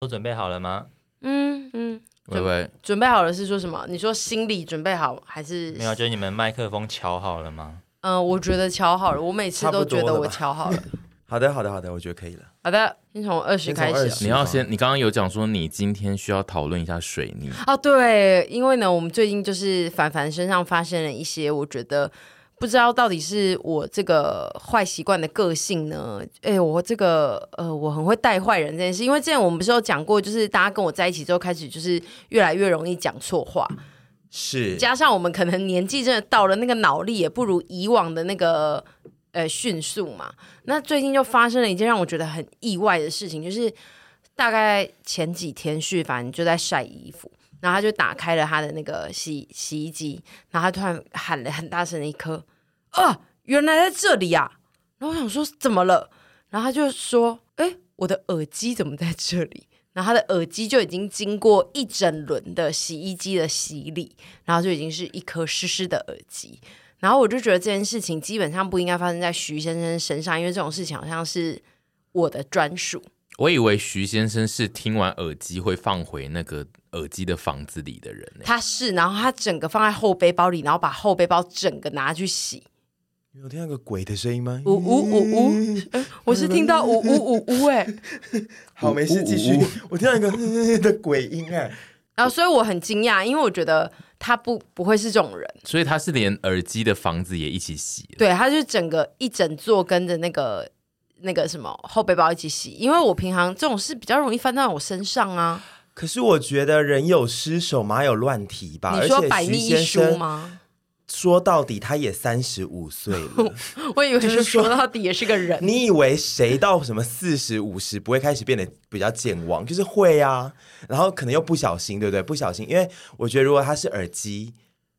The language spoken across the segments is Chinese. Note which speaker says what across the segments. Speaker 1: 都准备好了吗？
Speaker 2: 嗯嗯，
Speaker 3: 喂喂，
Speaker 2: 准备好了是说什么？你说心里准备好还是？
Speaker 1: 没有，就是你们麦克风调好了吗？
Speaker 2: 嗯、我觉得敲好了，我每次
Speaker 4: 差
Speaker 2: 都
Speaker 4: 不
Speaker 2: 觉得
Speaker 4: 多了
Speaker 2: 我
Speaker 4: 吧
Speaker 2: 敲好了。
Speaker 4: 好的，好的，好的，我觉得可以了。
Speaker 2: 好的，先从二十
Speaker 4: 先从
Speaker 2: 开始哦
Speaker 4: 20
Speaker 3: 你要先，你刚刚有讲说你今天需要讨论一下水泥，
Speaker 2: 啊，对，因为呢，我们最近就是凡凡身上发生了一些，我觉得不知道到底是我这个坏习惯的个性呢，哎，我这个呃，我很会带坏人这件事，因为之前我们不是有讲过，就是大家跟我在一起之后，开始就是越来越容易讲错话，
Speaker 4: 是
Speaker 2: 加上我们可能年纪真的到了，那个脑力也不如以往的那个呃迅速嘛。那最近就发生了一件让我觉得很意外的事情，就是大概前几天旭凡就在晒衣服，然后他就打开了他的那个洗洗衣机，然后他突然喊了很大声的一颗啊，原来在这里啊！然后我想说怎么了？然后他就说：“哎，我的耳机怎么在这里？”然后他的耳机就已经经过一整轮的洗衣机的洗礼，然后就已经是一颗湿湿的耳机。然后我就觉得这件事情基本上不应该发生在徐先生身上，因为这种事情好像是我的专属。
Speaker 3: 我以为徐先生是听完耳机会放回那个耳机的房子里的人欸呢、
Speaker 2: 他是，然后他整个放在后背包里，然后把后背包整个拿去洗。
Speaker 4: 你有听到个鬼的声音吗？
Speaker 2: 呜呜呜呜
Speaker 4: 嗯，
Speaker 2: 呃 我是听到呜呜呜 呜哎，
Speaker 4: 好，没事，继续
Speaker 3: 呜呜。
Speaker 4: 我听到一个呃的鬼音哎，
Speaker 2: 然后所以我很惊讶，因为我觉得他不不会是这种人，
Speaker 3: 所以他是连耳机的房子也一起洗了。
Speaker 2: 对，他就整个一整座跟着那个那个什么后背包一起洗，因为我平常这种事比较容易翻到我身上啊。
Speaker 4: 可是我觉得人有失手，马有乱蹄吧。
Speaker 2: 你说
Speaker 4: 啊而且
Speaker 2: 百
Speaker 4: 徐
Speaker 2: 密一
Speaker 4: 先
Speaker 2: 疏
Speaker 4: 生？
Speaker 2: 吗？
Speaker 4: 说到底，他也三十五岁了。
Speaker 2: 我以为
Speaker 4: 就是是说
Speaker 2: 说到底也是个人。
Speaker 4: 你以为谁到什么四十五十不会开始变得比较健忘？就是会啊，然后可能又不小心，对不对？不小心，因为我觉得如果他是耳机，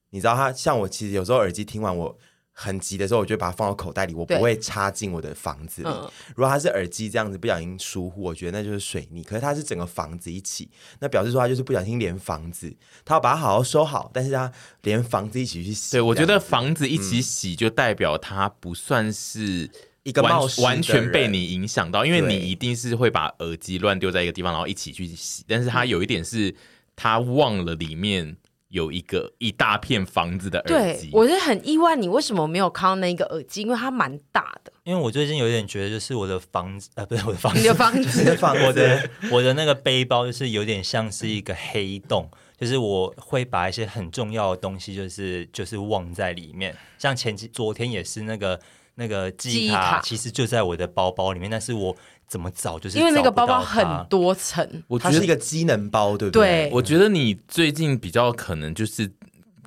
Speaker 4: 你知道他像我，其实有时候耳机听完我很急的时候，我就会把它放到口袋里，我
Speaker 2: 对
Speaker 4: 不会插进我的房子里。
Speaker 2: 嗯
Speaker 4: 如果他是耳机这样子不小心疏忽，我觉得那就是水逆。可是他是整个房子一起，那表示说他就是不小心连房子，他要把它好好收好，但是他连房子一起去洗。
Speaker 3: 对，我觉
Speaker 4: 这
Speaker 3: 得
Speaker 4: 样子
Speaker 3: 房子一起洗就代表他不算是
Speaker 4: 嗯一个
Speaker 3: 完
Speaker 4: 冒失的
Speaker 3: 完全被
Speaker 4: 人
Speaker 3: 你影响到，因为你
Speaker 4: 对
Speaker 3: 一定是会把耳机乱丢在一个地方，然后一起去洗。但是他
Speaker 4: 嗯
Speaker 3: 有一点是他忘了里面有一个一大片房子的耳
Speaker 2: 对
Speaker 3: 机，，
Speaker 2: 我是很意外，你为什么没有看到那个耳机？因为它蛮大 的，
Speaker 1: 因为我最近有点觉得，就是我的房子，呃，不是我的房
Speaker 2: 你的
Speaker 1: 子，
Speaker 2: 房
Speaker 4: 你
Speaker 2: 子
Speaker 4: 的房子，
Speaker 1: 我的我的那个背包，就是有点像是一个黑洞，就是我会把一些很重要的东西，就是就是忘在里面。像前几昨天也是那个那个
Speaker 2: 记
Speaker 1: 记
Speaker 2: 忆
Speaker 1: 忆
Speaker 2: 卡
Speaker 1: 卡，其实就在我的包包里面，但是我怎么找 就是
Speaker 2: 因为那个
Speaker 1: 找
Speaker 2: 包
Speaker 1: 不
Speaker 2: 包
Speaker 1: 到它
Speaker 2: 很多层。
Speaker 3: 我觉
Speaker 4: 它是一
Speaker 3: 得，
Speaker 4: 个机能包，对不
Speaker 2: 对，
Speaker 3: 我觉得你最近比较可能就是。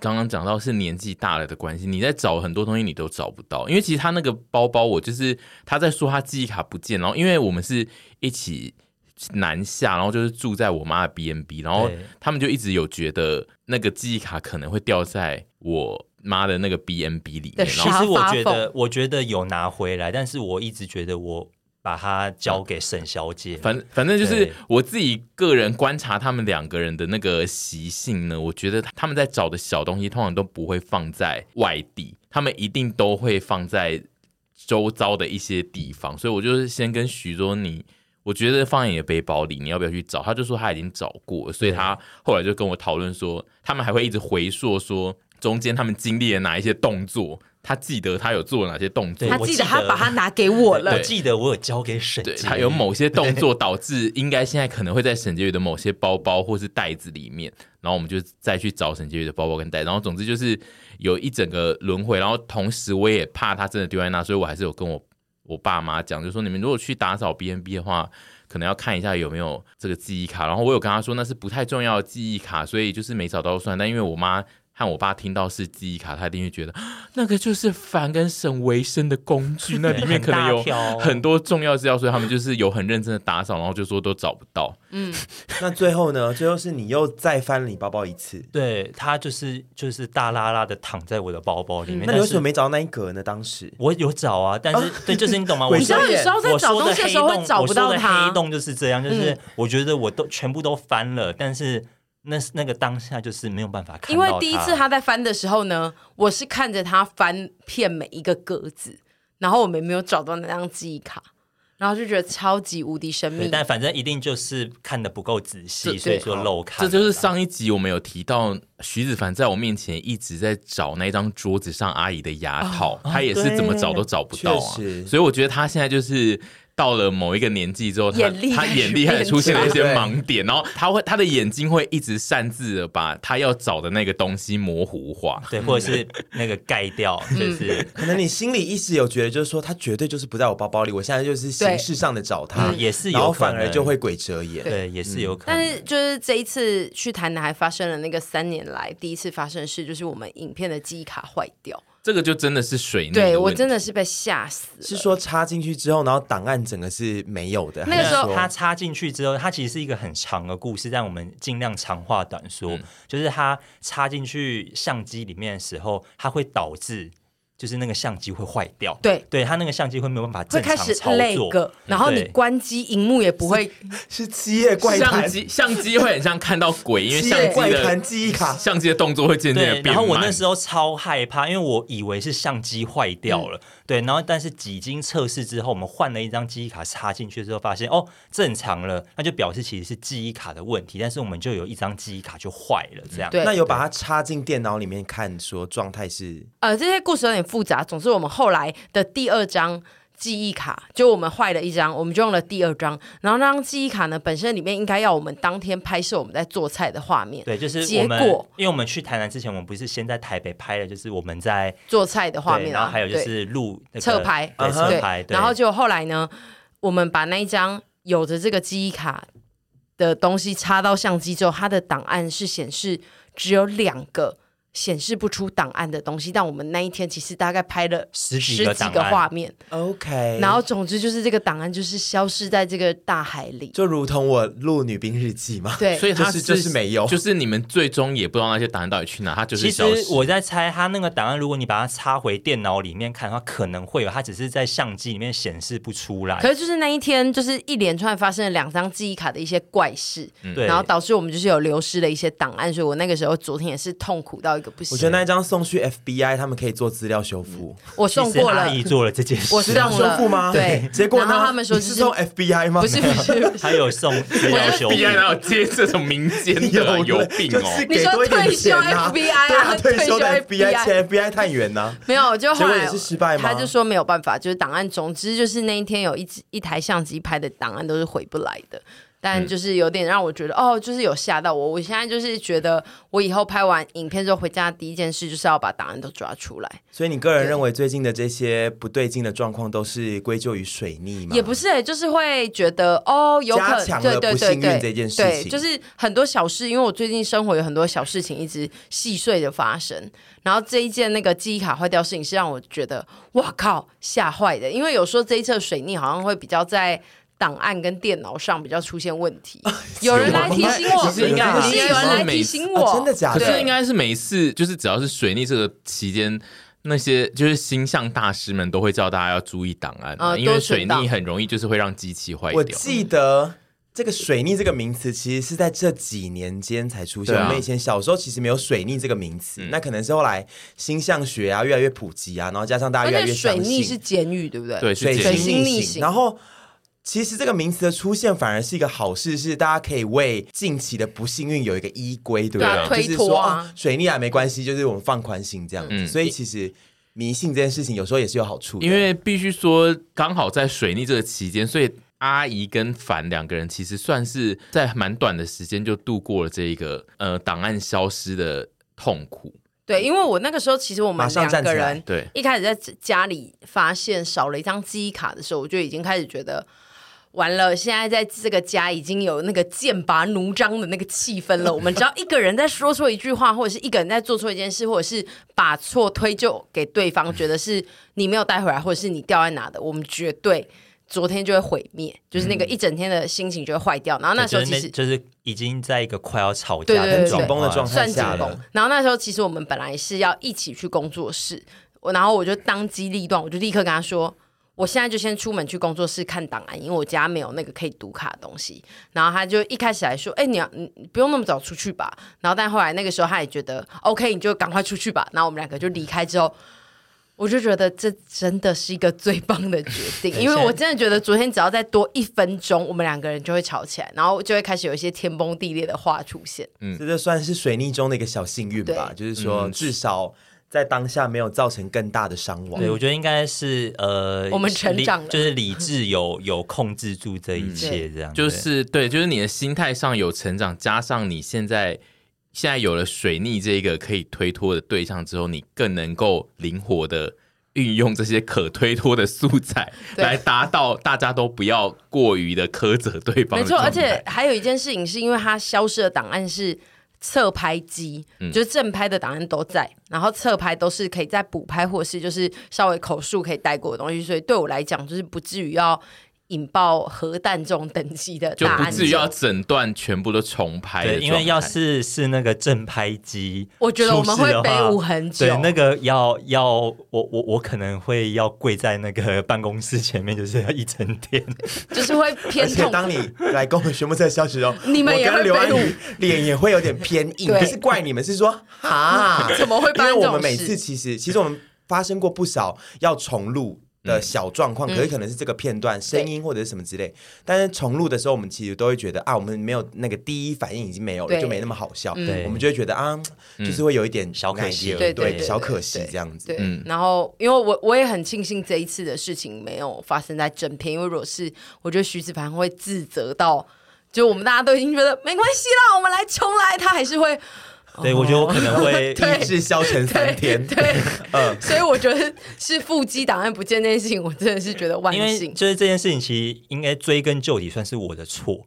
Speaker 3: 刚刚讲到是年纪大了的关系，你在找很多东西你都找不到，因为其实他那个包包，我就是他在说他记忆卡不见，然后因为我们是一起南下，然后就是住在我妈的 B N B，然后
Speaker 1: 对
Speaker 3: 他们就一直有觉得那个记忆卡可能会掉在我妈的那个 B N B 里
Speaker 2: 的
Speaker 3: 面，然
Speaker 1: 其
Speaker 3: 后
Speaker 2: 沙
Speaker 1: 实我
Speaker 2: 发
Speaker 1: 觉
Speaker 2: 缝
Speaker 1: 得，我觉得有拿回来，但是我一直觉得我把它交给沈小姐。
Speaker 3: 反反正就是
Speaker 1: 对
Speaker 3: 我自己个人观察他们两个人的那个习性呢，我觉得他们在找的小东西通常都不会放在外地，他们一定都会放在周遭的一些地方，所以我就是先跟徐说你。我觉得放在你的背包里，你要不要去找？他就说他已经找过了，所以他后来就跟我讨论说，他们还会一直回溯说中间他们经历了哪一些动作，他记得他有做哪些动作
Speaker 1: 对，
Speaker 2: 他
Speaker 1: 我
Speaker 2: 记
Speaker 1: 记
Speaker 2: 得
Speaker 1: 得
Speaker 2: 他把它拿给我
Speaker 1: 我
Speaker 2: 了，
Speaker 1: 记得我有交给沈
Speaker 3: 对，
Speaker 1: 姐，
Speaker 3: 他有某些动作导致应该现在可能会在沈婕妤的某些包包或是袋子里面，然后我们就再去找沈婕妤的包包跟袋子，然后总之就是有一整个轮回，然后同时我也怕他真的丢在那，所以我还是有跟我我爸妈讲，就说你们如果去打扫 B N B 的话。可能要看一下有没有这个记忆卡，然后我有跟他说那是不太重要的记忆卡，所以就是没找到就算。但因为我妈和我爸听到是记忆卡，他一定会觉得 啊那个就是凡跟沈维生的工具，那里面可能有
Speaker 1: 很大条
Speaker 3: 很多重要资料，所以他们就是有很认真的打扫，然后就说都找不到。
Speaker 4: 那最后呢？最后是你又再翻了你包包一次，
Speaker 1: 对他就是就是大拉拉的躺在我的包包里面。
Speaker 4: 那你为
Speaker 1: 但
Speaker 4: 什么
Speaker 1: 是
Speaker 4: 没找到那一格呢？当时
Speaker 1: 我有找啊，但
Speaker 2: 哦
Speaker 1: 是、对，就是你懂 吗？我
Speaker 4: 你知道
Speaker 1: 说
Speaker 4: 有时
Speaker 2: 候在
Speaker 1: 我
Speaker 2: 找
Speaker 1: 说
Speaker 2: 东西的时候
Speaker 1: 黑洞
Speaker 2: 会找不到嗯
Speaker 1: 我说的
Speaker 2: 它
Speaker 1: 黑洞就是这样，就是我觉得我都全部都翻了，但是那那个当下就是没有办法看
Speaker 2: 因
Speaker 1: 到它。
Speaker 2: 为第一次他在翻的时候呢，我是看着他翻遍每一个格子，然后我们没有找到那张记忆卡。然后就觉得超级无敌神
Speaker 1: 对，
Speaker 2: 秘。
Speaker 1: 但反正一定就是看的不够仔
Speaker 3: 这
Speaker 1: 细，所以说漏看
Speaker 3: 这
Speaker 1: 了。
Speaker 3: 就是上一集我们有提到，徐子凡在我面前一直在找那张桌子上阿姨的牙套，
Speaker 2: 哦
Speaker 3: 他也是怎么找都找不到啊
Speaker 4: 确实。
Speaker 3: 所以我觉得他现在就是。到了某一个年纪之后，他
Speaker 2: 眼力
Speaker 3: 他
Speaker 2: 开始
Speaker 3: 眼力开始
Speaker 2: 变
Speaker 3: 出现了一些
Speaker 4: 差
Speaker 3: 盲点，然后他会他的眼睛会一直擅自的把他要找的那个东西模糊化。
Speaker 1: 对，或者是那个盖掉，就是
Speaker 4: 可能你心里一直有觉得，就是说他绝对就是不在我包包里，我现在就是形式上的找他，
Speaker 1: 嗯也是有
Speaker 4: 然后
Speaker 1: 可
Speaker 4: 反而
Speaker 1: 能
Speaker 4: 就会鬼遮眼。
Speaker 1: 对，也是有可能。
Speaker 2: 但是就是这一次去台南还发生了那个三年来第一次发生的事，就是我们影片的记忆卡坏掉。
Speaker 3: 这个就真的是水逆的问
Speaker 2: 对
Speaker 3: 题。
Speaker 2: 我真的是被吓死了。
Speaker 4: 是说插进去之后，然后档案整个是没有的。
Speaker 2: 那个时候
Speaker 4: 还是说
Speaker 1: 他插进去之后，它其实是一个很长的故事，但我们尽量长话短说。就是它插进去相机里面的时候，它会导致就是那个相机会坏掉。
Speaker 2: 对
Speaker 1: 对，它那个相机会没有办法
Speaker 2: 会
Speaker 1: 正
Speaker 2: 开
Speaker 1: 常
Speaker 2: 始
Speaker 1: 操
Speaker 2: 累
Speaker 1: 作嗯
Speaker 2: 个，，然后你
Speaker 1: 对
Speaker 2: 关机，荧幕也不会。
Speaker 4: 是七夜怪
Speaker 3: 相
Speaker 4: 谈，
Speaker 3: 机相机会很像看到鬼，因为
Speaker 4: 七
Speaker 3: 相
Speaker 4: 夜
Speaker 3: 机
Speaker 4: 怪谈
Speaker 3: 的
Speaker 4: 记忆卡。
Speaker 3: 相机的动作会渐渐
Speaker 1: 对
Speaker 3: 的，变
Speaker 1: 然
Speaker 3: 慢。
Speaker 1: 后我那时候超害怕，因为我以为是相机坏掉了，
Speaker 2: 嗯
Speaker 1: 对，然后但是几经测试之后，我们换了一张记忆卡插进去之后，发现哦正常了，那就表示其实是记忆卡的问题，但是我们就有一张记忆卡就坏了，这样。
Speaker 2: 嗯对
Speaker 4: 那有把它插进电脑里面看，说状态是
Speaker 2: 呃，这些故事有点复杂。总之，我们后来的第二张记忆卡，就我们坏了一张，我们就用了第二张。然后那张记忆卡呢，本身里面应该要我们当天拍摄我们在做菜的画面，
Speaker 1: 对，就是
Speaker 2: 结
Speaker 1: 我们
Speaker 2: 果，
Speaker 1: 因为我们去台南之前，我们不是先在台北拍了，就是我们在
Speaker 2: 做菜的画
Speaker 1: 对
Speaker 2: 面、啊，
Speaker 1: 然后还有就
Speaker 2: 对
Speaker 1: 是录那个
Speaker 2: 侧拍，啊
Speaker 1: 对
Speaker 4: 嗯哼
Speaker 1: 侧拍，对
Speaker 2: 然后就后来呢，我们把那一张有着这个记忆卡的东西插到相机之后，它的档案是显示只有两个显示不出档案的东西，但我们那一天其实大概拍了
Speaker 1: 十几
Speaker 2: 十
Speaker 1: 个
Speaker 2: 几
Speaker 1: 档
Speaker 2: 个
Speaker 1: 案嗯
Speaker 2: 画面，
Speaker 4: OK，
Speaker 2: 然后总之就是这个档案就是消失在这个大海里，
Speaker 4: 就如同我录女兵日记嘛，
Speaker 2: 对，
Speaker 3: 所以他
Speaker 4: 就是就是没有
Speaker 3: 就是你们最终也不知道那些档案到底去哪，他就是
Speaker 1: 其实
Speaker 3: 消失。
Speaker 1: 我在猜，它那个档案，如果你把它插回电脑里面看的话，可能会有，它只是在相机里面显示不出来
Speaker 2: 可。是就是那一天，就是一连串发生了两张记忆卡的一些怪事，
Speaker 1: 对
Speaker 2: 然后导致我们就是有流失了一些档案，所以我那个时候昨天也是痛苦到一个不行。
Speaker 4: 我觉得那一张送去 FBI，他们可以做资料修复。
Speaker 2: 我
Speaker 1: 其
Speaker 2: 送
Speaker 1: 实
Speaker 2: 过
Speaker 1: 阿
Speaker 2: 了，
Speaker 1: 姨做了这件事，
Speaker 2: 我 送
Speaker 4: 修
Speaker 2: 了
Speaker 4: 复吗？，
Speaker 2: 对
Speaker 4: 结果呢？
Speaker 2: 然后他们说
Speaker 4: 你哎
Speaker 2: 就是是
Speaker 4: 送 FBI 吗？
Speaker 2: 不是不是，不是
Speaker 1: 还有送资料修复
Speaker 3: B I 哪有接这种民间的 啊有病
Speaker 4: 就
Speaker 3: 哦
Speaker 4: 是！给多一点钱啊
Speaker 2: 你说退休 FBI 啊
Speaker 4: 对啊，退休的
Speaker 2: 退休
Speaker 4: FBI，前 FBI 探员呐，
Speaker 2: 没有，就后来
Speaker 4: 结果也是失败吗
Speaker 2: 他就说没有办法，就是档案，总之就是那一天有一只一台相机拍的档案都是回不来的。
Speaker 4: 嗯
Speaker 2: 但就是有点让我觉得，哦，就是有吓到我。我现在就是觉得，我以后拍完影片之后回家第一件事就是要把档案都抓出来。
Speaker 4: 所以你个人认为最近的这些不对劲的状况都是归咎于水逆吗？
Speaker 2: 也不是、欸，就是会觉得哦，有可
Speaker 4: 加
Speaker 2: 能
Speaker 4: 强
Speaker 2: 对
Speaker 4: 了
Speaker 2: 对
Speaker 4: 不
Speaker 2: 对
Speaker 4: 幸
Speaker 2: 对
Speaker 4: 运这件事
Speaker 2: 对，
Speaker 4: 情
Speaker 2: 就是很多小事，因为我最近生活有很多小事情一直细碎的发生，然后这一件那个记忆卡坏掉事情是让我觉得哇靠吓坏的，因为有时候这一侧水逆好像会比较在。档案跟电脑上比较出现问 题，有人来提醒我，
Speaker 4: 其实应该
Speaker 2: 不
Speaker 4: 好
Speaker 2: 是有人来提醒我，
Speaker 4: 啊真的假的
Speaker 3: 可
Speaker 2: 对
Speaker 3: 是应该是每一次，就是只要是水逆这个期间，那些就是星象大师们都会叫大家要注意档案、啊，
Speaker 2: 呃
Speaker 3: 因为
Speaker 2: 多
Speaker 3: 水
Speaker 2: 存档
Speaker 3: 逆很容易就是会让机器坏
Speaker 4: 我
Speaker 3: 掉。
Speaker 4: 记得。这个水逆这个名词其实是在这几年间才出现。
Speaker 3: 对啊嗯
Speaker 4: 我们以前小时候其实没有水逆这个名词，那可能是后来星象学啊越来越普及啊，然后加上大家
Speaker 2: 而
Speaker 4: 越来
Speaker 2: 且
Speaker 4: 越
Speaker 2: 水
Speaker 4: 相
Speaker 2: 逆
Speaker 4: 信。
Speaker 2: 是监狱，对不对？
Speaker 3: 对，
Speaker 4: 水
Speaker 3: 是
Speaker 2: 水
Speaker 3: 解
Speaker 4: 星
Speaker 2: 星
Speaker 3: 密
Speaker 2: 逆
Speaker 4: 逆
Speaker 2: 行
Speaker 4: 行。然后，其实这个名词的出现反而是一个好事，是大家可以为近期的不幸运有一个依归，对不
Speaker 2: 对啊
Speaker 4: 对？
Speaker 2: 推
Speaker 4: 就是
Speaker 2: 脱
Speaker 4: 说
Speaker 2: 啊
Speaker 4: 哦水逆啊没关系，就是我们放宽心这样子。
Speaker 3: 嗯
Speaker 4: 所以其实迷信这件事情有时候也是有好处的，
Speaker 3: 因为必须说，刚好在水逆这个期间，所以阿姨跟凡两个人其实算是在蛮短的时间就度过了这一个呃档案消失的痛苦。
Speaker 2: 对，因为我那个时候其实我们
Speaker 4: 马上
Speaker 2: 两
Speaker 4: 站
Speaker 2: 个
Speaker 4: 起来
Speaker 2: 人
Speaker 3: 对
Speaker 2: 一开始在家里发现少了一张记忆卡的时候，我就已经开始觉得。完了，现在在这个家已经有那个剑拔弩张的那个气氛了。我们只要一个人在说错一句话，或者是一个人在做错一件事，或者是把错推就给对方，觉得是你没有带回来，或者是你掉在哪的，我们绝对昨天就会毁灭，就是那个一整天的心情就会坏掉。然后那时候
Speaker 1: 就
Speaker 2: 其
Speaker 1: 是
Speaker 2: 实
Speaker 1: 就是已经在一个快要吵
Speaker 2: 对
Speaker 1: 架
Speaker 2: 对对
Speaker 1: 的
Speaker 2: 对
Speaker 1: 状
Speaker 4: 紧绷的
Speaker 1: 况
Speaker 4: 状
Speaker 1: 了
Speaker 4: 态
Speaker 2: 算紧
Speaker 4: 下
Speaker 2: 绷
Speaker 4: 了。。
Speaker 2: 然后那时候其实我们本来是要一起去工作室，我然后我就当机立断，我就立刻跟他说。我现在就先出门去工作室看档案，因为我家没有那个可以读卡的东西。然后他就一开始还说：“哎、你要你你不用那么早出去吧。”然后但后来那个时候他也觉得 OK，你就赶快出去吧。然后我们两个就离开之后，我我就觉得这真的是一个最棒的决 定，因为
Speaker 1: 现在
Speaker 2: 我真的觉得昨天只要再多一分钟，我们两个人就会吵起来，然后就会开始有一些天崩地裂的话出现。
Speaker 3: 嗯
Speaker 4: 这就算是水逆中的一个小幸运吧，
Speaker 2: 对
Speaker 4: 就是说至少在当下没有造成更大的伤亡
Speaker 1: 对，。我觉得应该是呃，
Speaker 2: 我们成
Speaker 1: 理
Speaker 2: 长了
Speaker 1: 就是理智有有控制住这一切，这样
Speaker 3: 嗯就是对，就是你的心态上有成长，加上你现在现在有了水逆这一个可以推脱的对象之后，你更能够灵活的运用这些可推脱的素材，
Speaker 2: 对
Speaker 3: 来达到大家都不要过于的苛责对方
Speaker 2: 没
Speaker 3: 的
Speaker 2: 错，
Speaker 3: 状态。
Speaker 2: 而且还有一件事情，是因为它消失的档案是侧拍机，就是正拍的档案都在，然后侧拍都是可以再补拍，或是就是稍微口述可以带过的东西，所以对我来讲，就是不至于要引爆核弹这种等级的
Speaker 3: 就
Speaker 2: 大
Speaker 3: 不
Speaker 2: 案
Speaker 3: 至于要
Speaker 2: 件。
Speaker 3: 整段全部都重拍的
Speaker 1: 对，
Speaker 3: 状态，
Speaker 1: 因为要是是那个正拍机，
Speaker 2: 我觉得我们会
Speaker 1: 出事的话
Speaker 2: 背舞很久
Speaker 1: 对，那个要要我我我可能会要跪在那个办公室前面，就是要一整天。
Speaker 2: 就是会
Speaker 4: 而
Speaker 2: 偏
Speaker 4: 且
Speaker 2: 痛
Speaker 4: 当你 来跟我们宣布这个消息的时 候，
Speaker 2: 你们也
Speaker 4: 我
Speaker 2: 会
Speaker 4: 跟刘
Speaker 2: 被
Speaker 4: 安
Speaker 2: 录
Speaker 4: 宇脸也会有点偏硬，
Speaker 2: 对
Speaker 4: 不是怪你们，是说哈，
Speaker 2: 怎么会
Speaker 4: 因
Speaker 2: 发
Speaker 4: 为
Speaker 2: 生这
Speaker 4: 我
Speaker 2: 种
Speaker 4: 们
Speaker 2: 事？
Speaker 4: 每次其实其实我们发生过不少要重录的小状
Speaker 2: 嗯
Speaker 4: 况，可是可能是这个片段、声音或者是什么之类。但是重录的时候，我们其实都会觉得啊，我们没有那个第一反应已经没有了，
Speaker 2: 对嗯
Speaker 4: 就没那么好笑。
Speaker 1: 对
Speaker 4: 我们就会觉得啊，就是会有一点
Speaker 1: 小可惜
Speaker 4: idea，
Speaker 2: 对对
Speaker 4: 对，
Speaker 2: 对
Speaker 4: 小可惜这样子
Speaker 2: 对。，然后因为我我也很庆幸这一次的事情没有发生在正片，因为如果是我觉得徐子凡会自责到，就我们大家都已经觉得没关系啦，我们来重来，他还是 会
Speaker 1: 对，我觉得我可能会
Speaker 2: 哦 对
Speaker 4: 意志消沉三天，嗯
Speaker 2: 对， 所以我觉得是腹肌档案不见这件事情，我真的是觉得万
Speaker 1: 因为
Speaker 2: 幸。
Speaker 1: 就是这件事情，其实应该追根究底，算是我的错。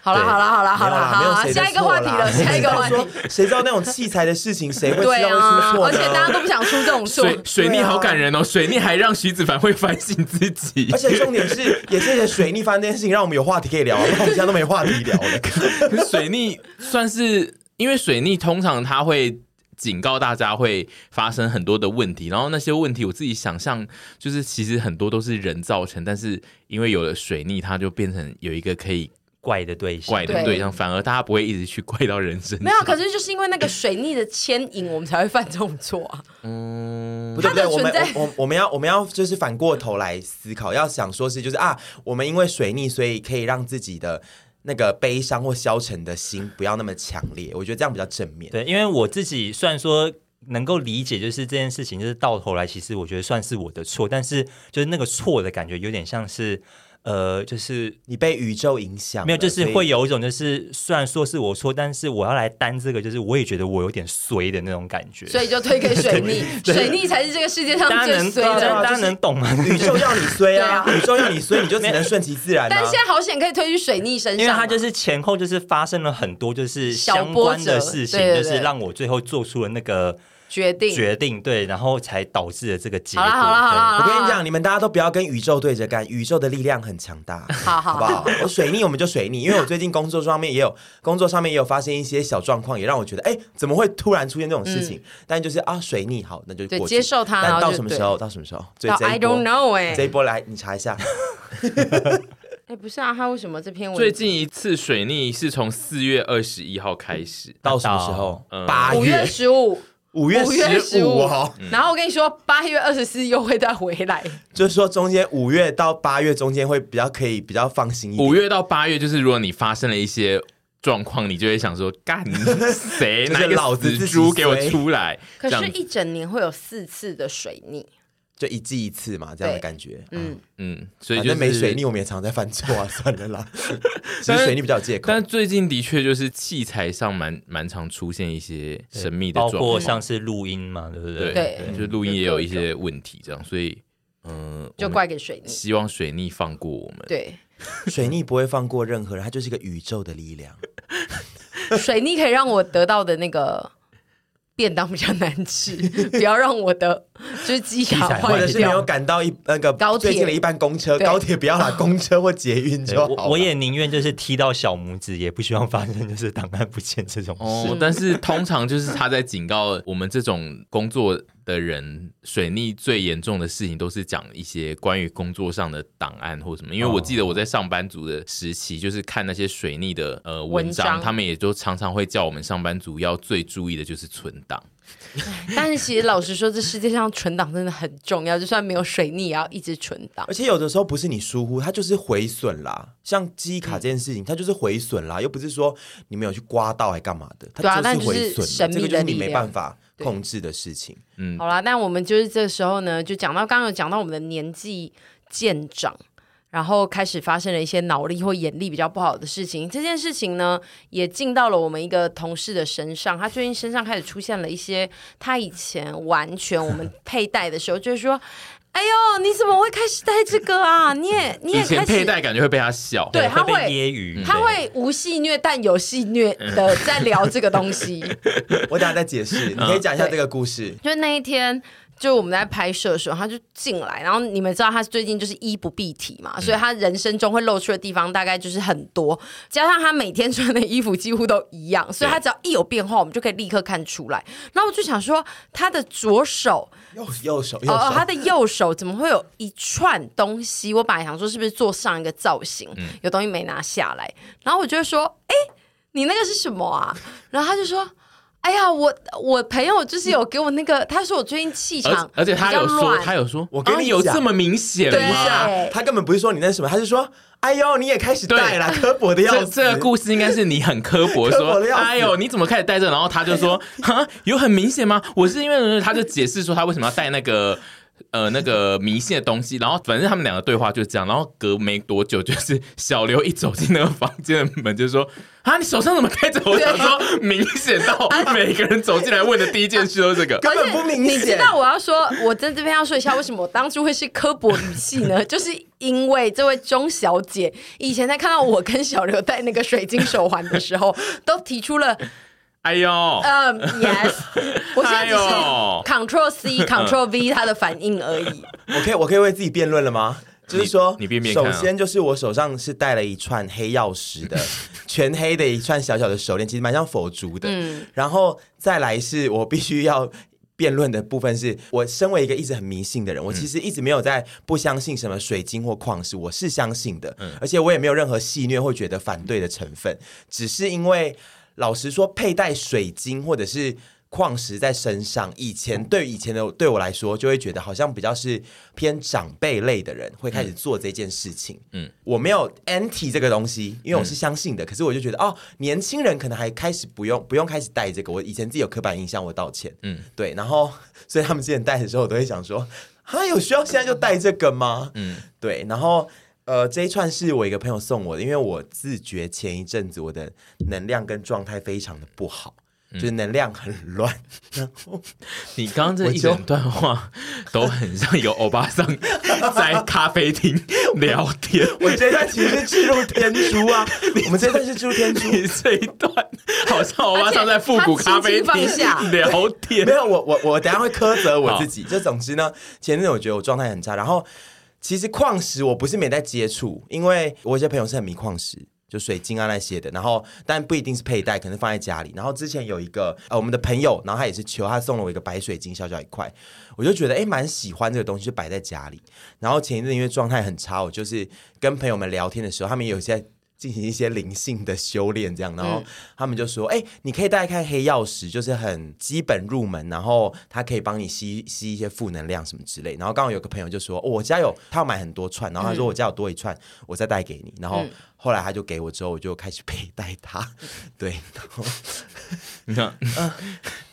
Speaker 2: 好了
Speaker 1: 对
Speaker 2: 好了好了好
Speaker 4: 没有
Speaker 2: 了
Speaker 4: 啦
Speaker 2: 好
Speaker 4: 没有
Speaker 2: 啦，
Speaker 4: 谁的
Speaker 2: 下一个话题
Speaker 4: 错啦
Speaker 2: 了，下一个话题。
Speaker 4: 谁知 道说谁知道那种器材的事情，谁会知道
Speaker 2: 对
Speaker 4: 会
Speaker 2: 啊
Speaker 4: 出，错
Speaker 2: 而
Speaker 4: 呢？
Speaker 2: 且大家都不想出这种错，
Speaker 3: 水水逆
Speaker 4: 对啊
Speaker 3: 好感人哦，水逆还让徐子凡会 反省自己，
Speaker 4: 而且重点是，也是因为水逆发生这件事情，让我们有话题可以聊，不然我们现在都没话题聊了。
Speaker 3: 可是水逆算是，因为水逆通常它会警告大家会发生很多的问题，然后那些问题我自己想象就是其实很多都是人造成，但是因为有了水逆，它就变成有一个可以
Speaker 1: 怪的对象，
Speaker 3: 怪的对象，反而大家不会一直去怪到人身上。
Speaker 2: 没有，啊可是就是因为那个水逆的牵引，我们才会犯这种错啊。
Speaker 4: 不嗯对不
Speaker 2: 它
Speaker 4: 对，
Speaker 2: 的
Speaker 4: 我
Speaker 2: 存
Speaker 4: 们
Speaker 2: 在
Speaker 4: 我我我们要我们要就是反过头来思考，要想说是就是啊，我们因为水逆，所以可以让自己的那个悲伤或消沉的心不要那么强烈，我觉得这样比较正面。
Speaker 1: 对，因为我自己虽然说能够理解，就是这件事情，就是到头来，其实我觉得算是我的错，但是就是那个错的感觉，有点像是呃，就是
Speaker 4: 你被宇宙影响了，
Speaker 1: 没有，就是
Speaker 2: 啊
Speaker 4: 所以
Speaker 1: 会有一种就是虽然说是我错，但是我要来担这个，就是我也觉得我有点衰的那种感觉。
Speaker 2: 所以就推给水逆，水逆才是这个世界上
Speaker 1: 大家
Speaker 2: 最
Speaker 1: 能
Speaker 2: 衰
Speaker 1: 大家
Speaker 2: 的。
Speaker 1: 大家能懂吗？
Speaker 4: 宇宙要你衰啊，
Speaker 2: 对啊
Speaker 4: 宇宙要你衰，你就只能顺其自然、啊。
Speaker 2: 但现在好险可以推去水逆身上
Speaker 1: 因
Speaker 2: 啊，
Speaker 1: 为它就是前后就是发生了很多就是
Speaker 2: 小
Speaker 1: 相
Speaker 2: 波
Speaker 1: 关
Speaker 2: 折
Speaker 1: 的事情，
Speaker 2: 对对对
Speaker 1: 就是让我最后做出了那个
Speaker 2: 决定。
Speaker 1: 决定，对，然后才导致了这个结果。
Speaker 2: 好了好了好了好
Speaker 4: 我
Speaker 2: 了，
Speaker 4: 跟你讲，你们大家都不要跟宇宙对着干，宇宙的力量很强大，
Speaker 2: 好好
Speaker 4: 好不好？ 我水逆我们就水逆，因为我最近工作上面也有工作上面也有发生一些小状况，也让我觉得，哎，怎么会突然出现这种事情？但就是啊，水逆好，那就
Speaker 2: 嗯对
Speaker 4: 过去
Speaker 2: 接受它然后就
Speaker 4: 但到什么时候？到什么时候？
Speaker 2: 对
Speaker 4: 所以
Speaker 2: 到
Speaker 4: 这
Speaker 2: I
Speaker 4: 一波
Speaker 2: don't know 哎
Speaker 4: 这一波来，你查一下，
Speaker 2: 哎不是啊，他为什么这篇文
Speaker 3: 最近一次水逆是从四月二十一号开始，
Speaker 4: 到什么时候
Speaker 3: 嗯？
Speaker 4: 八
Speaker 2: 五月
Speaker 4: 月
Speaker 2: 十五，
Speaker 4: 五月
Speaker 2: 五月
Speaker 4: 十
Speaker 2: 五哦
Speaker 4: 五哦号，
Speaker 2: 然后我跟你说八月二十四又会再回来，
Speaker 4: 就是说中间五月到八月中间会比较可以比较放心一点。
Speaker 3: 五月到八月，就是如果你发生了一些状况，你就会想说， 干谁
Speaker 4: 就是
Speaker 3: 拿一个
Speaker 4: 老子
Speaker 3: 死
Speaker 4: 自己
Speaker 3: 猪给我
Speaker 4: 衰
Speaker 3: 出来？
Speaker 2: 可
Speaker 3: 这
Speaker 2: 是，
Speaker 3: 样
Speaker 2: 一整年会有四次的水逆。
Speaker 4: 就一季一次嘛，这样的感觉。
Speaker 2: 嗯，
Speaker 3: 嗯，所以
Speaker 4: 反
Speaker 3: 就是
Speaker 4: 正没水逆，我们也常在犯错啊， 算了啦。只是水逆比较有借口。
Speaker 3: 但最近的确就是器材上蛮蛮常出现一些神秘的
Speaker 1: 包
Speaker 3: 状况
Speaker 1: 括，像是录音嘛，对不对？
Speaker 3: 对，
Speaker 2: 对
Speaker 3: 就录音也有一些问题，这样，所以嗯，
Speaker 2: 就
Speaker 3: 我们
Speaker 2: 怪给水逆。
Speaker 3: 希望水逆放过我们。
Speaker 2: 对，
Speaker 4: 水逆不会放过任何人，它就是一个宇宙的力量。
Speaker 2: 水逆可以让我得到的那个便当比较难 吃，不要让我的就是机卡
Speaker 1: 器材
Speaker 4: 或
Speaker 2: 坏
Speaker 4: 者是没有
Speaker 2: 掉。
Speaker 4: 赶到一那个
Speaker 2: 高铁
Speaker 4: 最近的一班公车，
Speaker 2: 对
Speaker 4: 高铁不要啦， 公车或捷运
Speaker 1: 对
Speaker 4: 就好
Speaker 1: 我
Speaker 4: 了
Speaker 1: 我也宁愿就是踢到小拇指，也不希望发生就是档案不见这种事。
Speaker 3: 哦，但是通常就是他在警告我们这种工作的人，水逆最严重的事情都是讲一些关于工作上的档案或什么。因为我记得我在上班族的时期，就是看那些水逆的呃
Speaker 2: 文
Speaker 3: 文
Speaker 2: 章
Speaker 3: 章，他们也就常常会叫我们上班族要最注意的就是存档。
Speaker 2: 但是其实老实说，这世界上存档真的很重要，就算没有水逆也要一直存档
Speaker 4: 而。且有的时候不是你疏忽，它就是毁损啦。像记忆卡这件事情，它就是毁损啦，又不是说你没有去刮到还干嘛的，
Speaker 2: 对啊
Speaker 4: 它
Speaker 2: 但
Speaker 4: 是
Speaker 2: 就是
Speaker 4: 毁损
Speaker 2: 神
Speaker 4: 的，
Speaker 2: 秘
Speaker 4: 这个就
Speaker 2: 的
Speaker 4: 是你
Speaker 2: 力
Speaker 4: 没
Speaker 2: 量
Speaker 4: 办法控制的事情。
Speaker 3: 嗯
Speaker 2: 好啦，但我们就是这时候呢，就讲到刚刚有讲到我们的年纪渐长，然后开始发生了一些脑力或眼力比较不好的事情。这件事情呢，也进到了我们一个同事的身上，他最近身上开始出现了一些他以前完全我们佩戴的时候，就是说。哎呦，你怎么会开始戴这个啊？你也你也
Speaker 3: 以
Speaker 2: 开
Speaker 3: 前
Speaker 2: 始
Speaker 3: 佩戴感觉会被他笑，
Speaker 2: 对他
Speaker 1: 会嗯被
Speaker 2: 会
Speaker 1: 揶揄，
Speaker 2: 他会无戏虐，但有戏虐的在聊这个东西。
Speaker 4: 我等下再解释，你可以讲一下这个故事。
Speaker 2: 就那一天，就我们在拍摄的时候，他就进来，然后你们知道他最近就是衣不蔽体嘛，所以他人生中会露出的地方大概就是很多，加上他每天穿的衣服几乎都一样，所以他只要一有变化，我们就可以立刻看出来。然后我就想说，他的左手
Speaker 4: 右右手右
Speaker 2: 哦哦，他
Speaker 4: 手，
Speaker 2: 的右手怎么会有一串东西？我本来想说是不是做上一个造型，
Speaker 3: 嗯
Speaker 2: 有东西没拿下来，然后我就会说，哎、你那个是什么啊？然后他就说。哎呀，我我朋友就是有给我那个，他说我最近气场
Speaker 3: 而而且他有
Speaker 2: 比较
Speaker 3: 说
Speaker 2: 乱，
Speaker 3: 他有说，
Speaker 4: 我跟
Speaker 3: 啊
Speaker 4: 你
Speaker 3: 有
Speaker 4: 讲
Speaker 3: 这么明显
Speaker 2: 对
Speaker 3: 吗？
Speaker 4: 他根本不是说你那什么，他是说，哎呦，你也开始戴啦，刻薄的要
Speaker 3: 这
Speaker 4: 死。
Speaker 3: 这个故事应该是你很刻薄
Speaker 4: 刻 薄
Speaker 3: 说
Speaker 4: 得要，死
Speaker 3: 哎呦，你怎么开始戴这个？然后他就 说，哈，有很明显吗？我是因为他就解释说他为什么要戴那个。呃，那个迷信的东西，然后反正他们两个对话就是这样，然后隔没多久，就是小刘一走进那个房间的门，就说：“啊，你手上怎么戴着？”我想说，明显到
Speaker 2: 啊
Speaker 3: 每个人走进来问的第一件事都是这个。
Speaker 4: 根本不明
Speaker 2: 你知
Speaker 4: 显。
Speaker 2: 道我要说，我在这边要说一下，为什么我当初会是科博语系 呢？就是因为这位钟小姐以前在看到我跟小刘戴那个水晶手环的时候，都提出了
Speaker 3: 哎呦，
Speaker 2: 嗯、y e s 我现在只是
Speaker 3: 哎呦嗯
Speaker 2: Control C Control V 它的反应而已。
Speaker 4: 我可以我可以为自己辩论了吗？就是说，
Speaker 3: 你你辩辩看啊
Speaker 4: 首先就是我手上是戴了一串黑曜石 的，全黑的一串小小的手链，其实蛮像佛珠的。然后再来是我必须要。辩论的部分是我身为一个一直很迷信
Speaker 3: 嗯
Speaker 4: 的人，我其实一直没有在不相信什么水晶或矿石，我是相信的，
Speaker 3: 嗯
Speaker 4: 而且我也没有任何戏谑或觉得反对的成分，只是因为老实说，佩戴水晶或者是矿石在身上，以前对以前的对我来说，就会觉得好像比较是偏长辈类的人会开始做这件事情。嗯，我没有 anti 这个东西，因为我是相信的。可是我就觉得，哦，年轻人可能还开始不用不用开始戴这个。我以前自己有刻板印象，我道歉。嗯，对。然后，所以他们之前戴的时候，我都会想说，啊，有需要现在就戴这个吗？嗯，对。然后。呃，这一串是我一个朋友送我的，因为我自觉前一阵子我的能量跟状态非常的不好，就是能量很乱，
Speaker 3: 你刚刚这
Speaker 4: 我
Speaker 3: 一
Speaker 4: 就
Speaker 3: 整段话都很像有欧巴桑在咖啡厅聊天。
Speaker 4: 我这一段其实是置入天珠啊， 我们这一段是置入天珠。
Speaker 3: 你这一段好像欧巴桑在复古咖
Speaker 2: 而
Speaker 3: 啡
Speaker 2: 且他轻轻放下
Speaker 3: 厅聊天
Speaker 4: 没，有，我我我等一下会苛责我自己。就总之呢，前阵子我觉得我状态很差，然后其实矿石我不是没在接触，因为我有些朋友是很迷矿石。就水晶啊那些的，然后但不一定是佩戴，可能放在家里。然后之前有一个呃我们的朋友，然后他也是求他送了我一个白水晶，小小一块，我就觉得诶蛮喜欢这个东西，就摆在家里。然后前一阵因为状态很差，我就是跟朋友们聊天的时候，他们也有在进行一些灵性的修炼，这样，然
Speaker 3: 嗯
Speaker 4: 后他们就说：“哎、你可以带看黑曜石，就是很基本入门，然后它可以帮你吸吸一些负能量什么之类。”然后刚好有个朋友就说：“哦、我家有，他要买很多串，
Speaker 3: 嗯
Speaker 4: 然后他说我家有多一串，我再带给你。”然后后来他就给我之后，我就开始 佩戴它，对，然后
Speaker 3: 你看，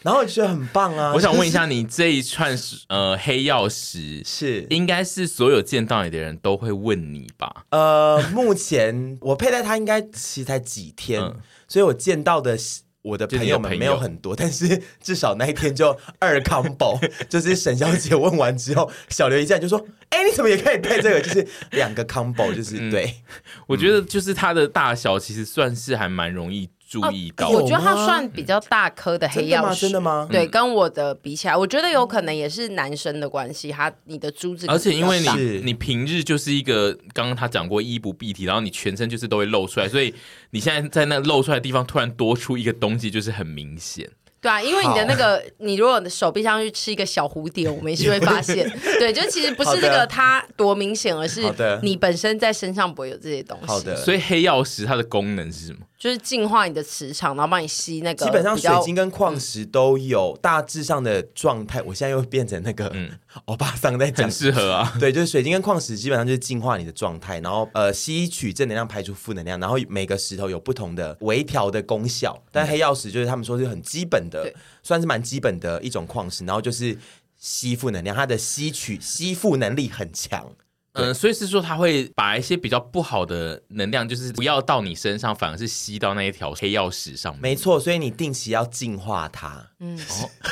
Speaker 4: 然后我就觉得很棒啊！
Speaker 3: 我想问一
Speaker 4: 下，
Speaker 3: 下，你这一串是呃黑曜石，
Speaker 4: 是
Speaker 3: 应该是所有见到你的人都会问你吧？
Speaker 4: 呃， 目前我佩戴它应该其实才几天，
Speaker 3: 嗯
Speaker 4: 所以我见到的是我的朋友
Speaker 3: 就
Speaker 4: 们
Speaker 3: 是你的朋友
Speaker 4: 没有很多，但是至少那一天就二 combo，就是 沈小姐问完之后，小刘一进来就说：“哎、你怎么也可以戴这个？” 就是两个 combo，就是、
Speaker 3: 嗯
Speaker 4: 对，
Speaker 3: 我觉得就是它的大小其实算是还蛮容易注 意到
Speaker 2: 哦我
Speaker 3: 的。
Speaker 2: 觉得它算比较大颗的黑曜石，
Speaker 4: 真的吗真的吗
Speaker 3: 嗯
Speaker 2: 对，跟我的比起来，我觉得有可能也是男生的关系，他你的珠子可
Speaker 3: 而
Speaker 2: 能比较大，
Speaker 3: 且啊因为你
Speaker 4: 是
Speaker 3: 你平日就是一个刚刚他讲过衣不蔽体，然后你全身就是都会露出来，所以你现在在那露出来的地方突然多出一个东西，就是很明显。
Speaker 2: 对啊，因为你的那个，你如果手臂上去吃一个小蝴蝶，我们也是会发 现，对，就其实不是那个
Speaker 4: 好的
Speaker 2: 它多明显，而是
Speaker 4: 好的
Speaker 2: 你本身在身上不会有这些东西。
Speaker 4: 好的，
Speaker 3: 所以黑曜石它的功能是什么？
Speaker 2: 就是净化你的磁场，然后帮你吸那个
Speaker 4: 基本上
Speaker 2: 比
Speaker 4: 水
Speaker 2: 较
Speaker 4: 晶跟矿石都有，大致上的状态。我现在又变成那个 欧巴桑在讲
Speaker 3: 嗯很，适合 啊。
Speaker 4: 对，就是水晶跟矿石基本上就是净化你的状态，然后呃吸取正能量，排除负能量，然后每个石头有不同的微调的功效。但黑曜石就是他们说是很基本的
Speaker 2: 对，
Speaker 4: 算是蛮基本的一种矿石，然后就是吸负能量，它的吸取吸附能力很强。
Speaker 3: 嗯，所以是说它会把一些比较不好的能量，就是不要到你身上，反而是吸到那一条黑曜石上面。
Speaker 4: 没错，所以你定期要净化它，哦
Speaker 2: 嗯，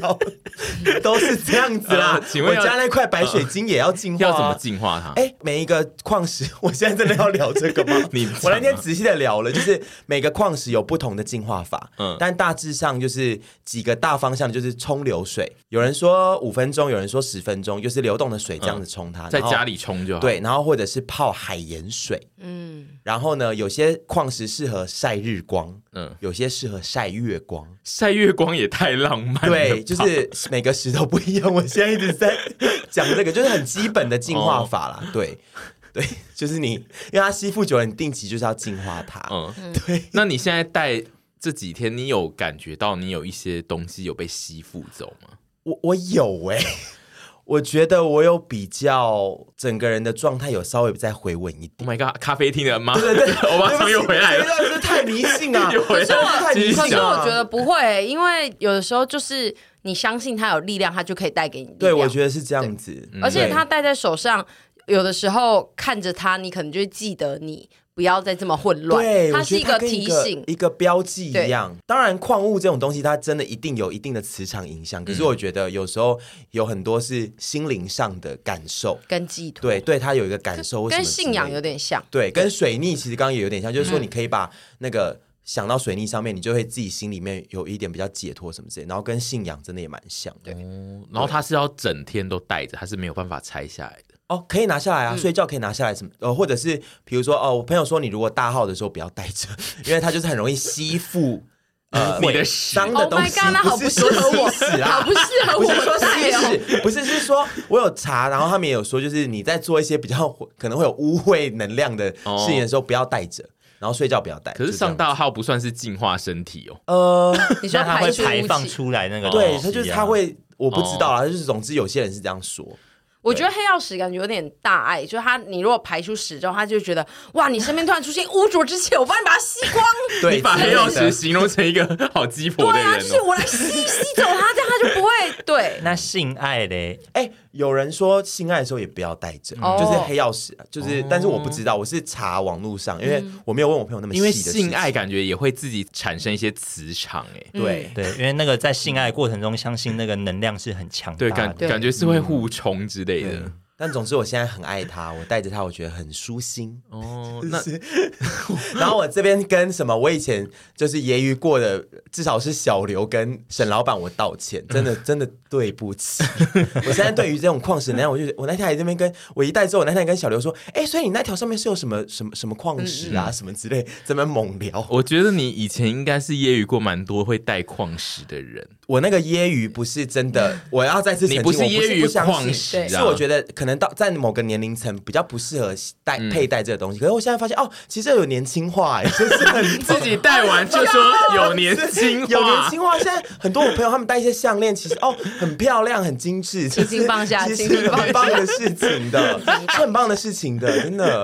Speaker 4: 要都是这样子 啦。
Speaker 3: 呃请问
Speaker 4: 我
Speaker 3: 要
Speaker 4: 家那块白水晶也要净化、啊，
Speaker 3: 要怎么净化它？
Speaker 4: 哎、每一个矿石， 我现在真的要聊这个吗？
Speaker 3: 你啊
Speaker 4: 我那天仔细的聊了，就是每个矿石有不同的净化法，
Speaker 3: 嗯
Speaker 4: 嗯，但大致上就是几个大方向，就是冲流水。有人说五分钟，有人说十分钟，就是流动的水这样子冲它，
Speaker 3: 嗯在
Speaker 4: 然后
Speaker 3: 家里冲就好。
Speaker 4: 对，然后或者是泡海盐水。
Speaker 2: 嗯，
Speaker 4: 然后呢，有些矿石适合晒日光，
Speaker 3: 嗯
Speaker 4: 嗯，有些适合晒月光。
Speaker 3: 晒月光也太浪漫了吧。
Speaker 4: 对，就是 每个石头不一样。我现在一直 在讲这个，就是很基本的进
Speaker 3: 哦
Speaker 4: 化法啦。对，对，就是你，因为它吸附久了，你定期就是要净化它。
Speaker 3: 嗯，
Speaker 4: 对，
Speaker 3: 那你现在戴这几天，你有感觉到你有一些东西有被吸附走吗？
Speaker 4: 我我有哎、我觉得我有比较整个人的状态有稍微再回稳一点。
Speaker 3: Oh my god！咖啡厅的妈，对对 对，欧巴桑又回来
Speaker 4: 对
Speaker 3: 了，
Speaker 4: 不起这一段真的太迷信啊！
Speaker 3: 又回来
Speaker 4: 这一段
Speaker 3: 了，
Speaker 4: 太
Speaker 3: 继
Speaker 4: 迷
Speaker 3: 续
Speaker 4: 信啊
Speaker 2: 可
Speaker 4: 了。
Speaker 2: 是我觉得不会，因为有的时候就是你相信它有力量，它就可以带给你力量。
Speaker 4: 对，我觉得是这样子。
Speaker 2: 而且
Speaker 4: 对
Speaker 2: 它戴在手上，有的时候看着它，你可能就会记得你不要再这么混乱。
Speaker 4: 对，
Speaker 2: 它
Speaker 4: 我
Speaker 2: 是
Speaker 4: 觉
Speaker 2: 一
Speaker 4: 得它
Speaker 2: 个
Speaker 4: 跟
Speaker 2: 提
Speaker 4: 一
Speaker 2: 醒
Speaker 4: 个，标记一
Speaker 2: 对
Speaker 4: 样。当然，矿物这种东西，它真的一定有一定的磁场影
Speaker 2: 嗯
Speaker 4: 响。可是我觉得有时候有很多是心灵上的感受，
Speaker 2: 跟寄托，
Speaker 4: 对，对它有一个感受或什么
Speaker 2: 跟
Speaker 4: 之
Speaker 2: 信仰
Speaker 4: 类
Speaker 2: 有嗯
Speaker 4: 的
Speaker 2: 点像。
Speaker 4: 对，跟水逆其实刚刚也有点像，就是说你可以把那个。想到水逆上面，你就会自己心里面有一点比较解脱什么之类的，然后跟信仰真的也蛮像的。
Speaker 3: 哦然后他是要整天都戴着，他是没有办法拆下来的。
Speaker 4: 哦，可以拿下来
Speaker 3: 嗯
Speaker 4: 啊，睡觉可以拿下来什么？呃，或者是比如说，哦，我朋友说你如果大号的时候不要带着，因为它就是很容易吸附呃
Speaker 3: 你的屎
Speaker 4: 脏的
Speaker 2: Oh
Speaker 4: 东
Speaker 2: my
Speaker 4: 西。
Speaker 2: god，那好
Speaker 4: 不是
Speaker 2: 适
Speaker 4: 说
Speaker 2: 合我，
Speaker 4: 吸屎
Speaker 2: 好
Speaker 4: 啦
Speaker 2: 不。适合
Speaker 4: 不
Speaker 2: 我
Speaker 4: 是说
Speaker 2: 们戴哦
Speaker 4: 吸屎，不是是说我有查，然后他们也有说，就是你在做一些比较可能会有污秽能量的事情的时候，不要带着，然后睡觉不要带。
Speaker 3: 哦可是
Speaker 4: 就这样
Speaker 3: 上大号不算是净化身体哦，
Speaker 4: 呃，
Speaker 2: 你说
Speaker 1: 那它会
Speaker 2: 除
Speaker 1: 排
Speaker 2: 污
Speaker 1: 放
Speaker 2: 气
Speaker 1: 出来那个东西
Speaker 4: 对
Speaker 1: 啊，
Speaker 4: 他就是他会，我不知道
Speaker 3: 哦
Speaker 4: 啊，就是总之有些人是这样说，
Speaker 2: 我觉得黑曜石感觉有点大爱，就是他，你如果排出屎之后，他就觉得哇，你身边突然出现污浊之气，我帮你把它吸光。
Speaker 4: 对，
Speaker 3: 你把黑曜
Speaker 4: 老
Speaker 3: 石
Speaker 4: 师
Speaker 3: 形容成一个 好鸡婆的
Speaker 2: 对啊，
Speaker 3: 人
Speaker 2: 就是
Speaker 3: 哦。
Speaker 2: 我来吸吸走它，这样它就不会对。
Speaker 1: 那性爱嘞，
Speaker 4: 哎、有人说性爱的时候也不要带着，
Speaker 3: 嗯
Speaker 2: 哦
Speaker 4: 就是黑曜石啊，
Speaker 3: 哦
Speaker 4: 就是，但是我不知道，我是查网络上，因为我没有问我朋友那么细
Speaker 3: 因
Speaker 4: 的
Speaker 3: 为
Speaker 4: 事
Speaker 3: 性爱
Speaker 4: 情
Speaker 3: 感觉也会自己产生一些磁场，哎，
Speaker 4: 对。
Speaker 1: 对，因为那个在性爱过程中，相信那个能量是很强大
Speaker 3: 对，
Speaker 1: 的
Speaker 3: 感。
Speaker 2: 对
Speaker 3: 感觉是会互冲之类的。
Speaker 4: 但总之，我现在很爱他，我带着他，我觉得很舒心。
Speaker 3: 哦，那
Speaker 4: 然后我这边跟什么，我以前就是揶揄过的，至少是小刘跟沈老板，我道 歉，真的真的对不起。 我现在对于这种矿石能量，我就觉得我那天还这边跟我一带之后，我那天还跟小刘说，哎、所以你那条上面是有什么什么什么矿石
Speaker 3: 嗯
Speaker 4: 啊，什么之类，这边猛聊。
Speaker 3: 我觉得你以前应该是揶揄过蛮多会带矿石的人，
Speaker 4: 我那个揶揄不是真 的，我要再次澄
Speaker 3: 你
Speaker 4: 清，
Speaker 3: 不是
Speaker 4: 我不
Speaker 3: 揶
Speaker 4: 不
Speaker 3: 揄
Speaker 4: 相
Speaker 3: 矿
Speaker 4: 信
Speaker 3: 石
Speaker 2: 对
Speaker 3: 啊，
Speaker 4: 是我觉得可能到在某个年龄层比较不适合戴
Speaker 3: 嗯
Speaker 4: 佩戴这个东西，可是我现在发现哦，其实有年轻化、 哎，就是很
Speaker 3: 自己戴完就 说有年轻
Speaker 4: 有年
Speaker 3: 化，
Speaker 4: 轻化。现在很多我朋友他们戴一些项链，其实哦很漂亮，很精致，
Speaker 2: 轻放下
Speaker 4: 其
Speaker 2: 轻
Speaker 4: 实
Speaker 2: 轻放下
Speaker 4: 很棒的事情的，是很棒的事情的，真的。